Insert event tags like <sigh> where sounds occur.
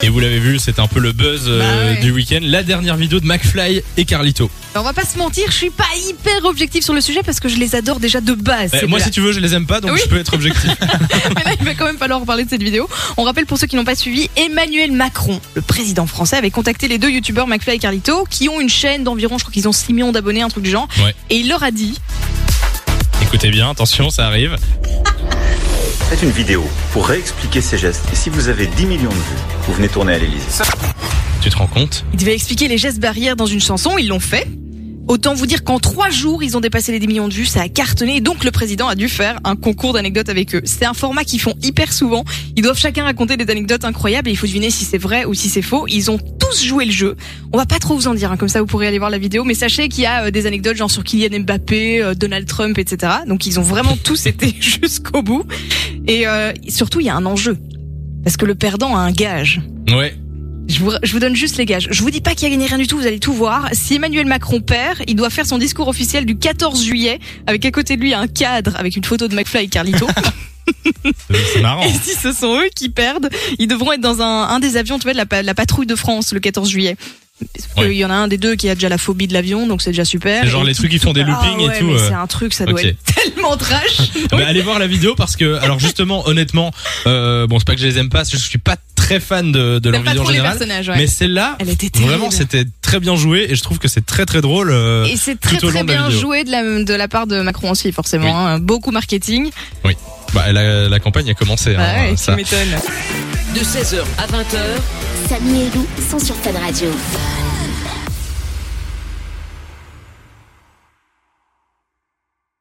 Et vous l'avez vu, c'est un peu le buzz euh, Bah ouais. du week-end. La dernière vidéo de McFly et Carlito. Ben, On va pas se mentir, je suis pas hyper objective sur le sujet parce que je les adore déjà de base. Eh, ces moi, deux-là. si tu veux, je les aime pas, donc Oui. je peux être <laughs> objectif. Mais là, il va quand même falloir parler de cette vidéo. On rappelle pour ceux qui n'ont pas suivi, Emmanuel Macron, le président français, avait contacté les deux youtubeurs McFly et Carlito qui ont une chaîne d'environ, je crois qu'ils ont 6 millions d'abonnés, un truc du genre. Ouais. Et il leur a dit Écoutez bien, attention, ça arrive. Faites une vidéo pour réexpliquer ces gestes. Et si vous avez 10 millions de vues, vous venez tourner à l'Elysée. Tu te rends compte il devait expliquer les gestes barrières dans une chanson, ils l'ont fait. Autant vous dire qu'en 3 jours, ils ont dépassé les 10 millions de vues, ça a cartonné, et donc le président a dû faire un concours d'anecdotes avec eux. C'est un format qu'ils font hyper souvent, ils doivent chacun raconter des anecdotes incroyables, et il faut deviner si c'est vrai ou si c'est faux. Ils ont tous joué le jeu. On va pas trop vous en dire, hein, comme ça vous pourrez aller voir la vidéo, mais sachez qu'il y a euh, des anecdotes genre sur Kylian Mbappé, euh, Donald Trump, etc. Donc ils ont vraiment <laughs> tous été jusqu'au bout. Et euh, surtout, il y a un enjeu. Parce que le perdant a un gage. Ouais. Je vous, je vous donne juste les gages. Je vous dis pas qu'il a gagné rien du tout, vous allez tout voir. Si Emmanuel Macron perd, il doit faire son discours officiel du 14 juillet, avec à côté de lui un cadre avec une photo de McFly et Carlito. <laughs> C'est c'est marrant. <laughs> et si ce sont eux qui perdent, ils devront être dans un, un des avions, tu vois, de la, pa- la patrouille de France le 14 juillet. Parce Ouais. qu'il y en a un des deux qui a déjà la phobie de l'avion, donc c'est déjà super. C'est genre Et les qui- trucs qui font des loopings Ah et ouais, tout. mais euh. C'est un truc, ça doit ok. être <laughs> tellement trash. <laughs> Bah, allez voir la vidéo parce que, alors justement, honnêtement, euh, bon, c'est pas que je les aime pas, c'est que je suis pas très fan de, de leur J'aime pas vidéo en trop les général. personnages, ouais. Mais celle-là, Elle était terrible. vraiment, c'était très bien joué et je trouve que c'est très très drôle. euh, Et c'est très tout au très long de la bien vidéo. joué de la, de la part de Macron aussi, forcément. Oui. hein. Beaucoup marketing. Bah, la, la campagne a commencé. Bah hein, ouais, tu ça. m'étonnes. de 16h à 20h. Samy et Lou sont sur Fun Radio.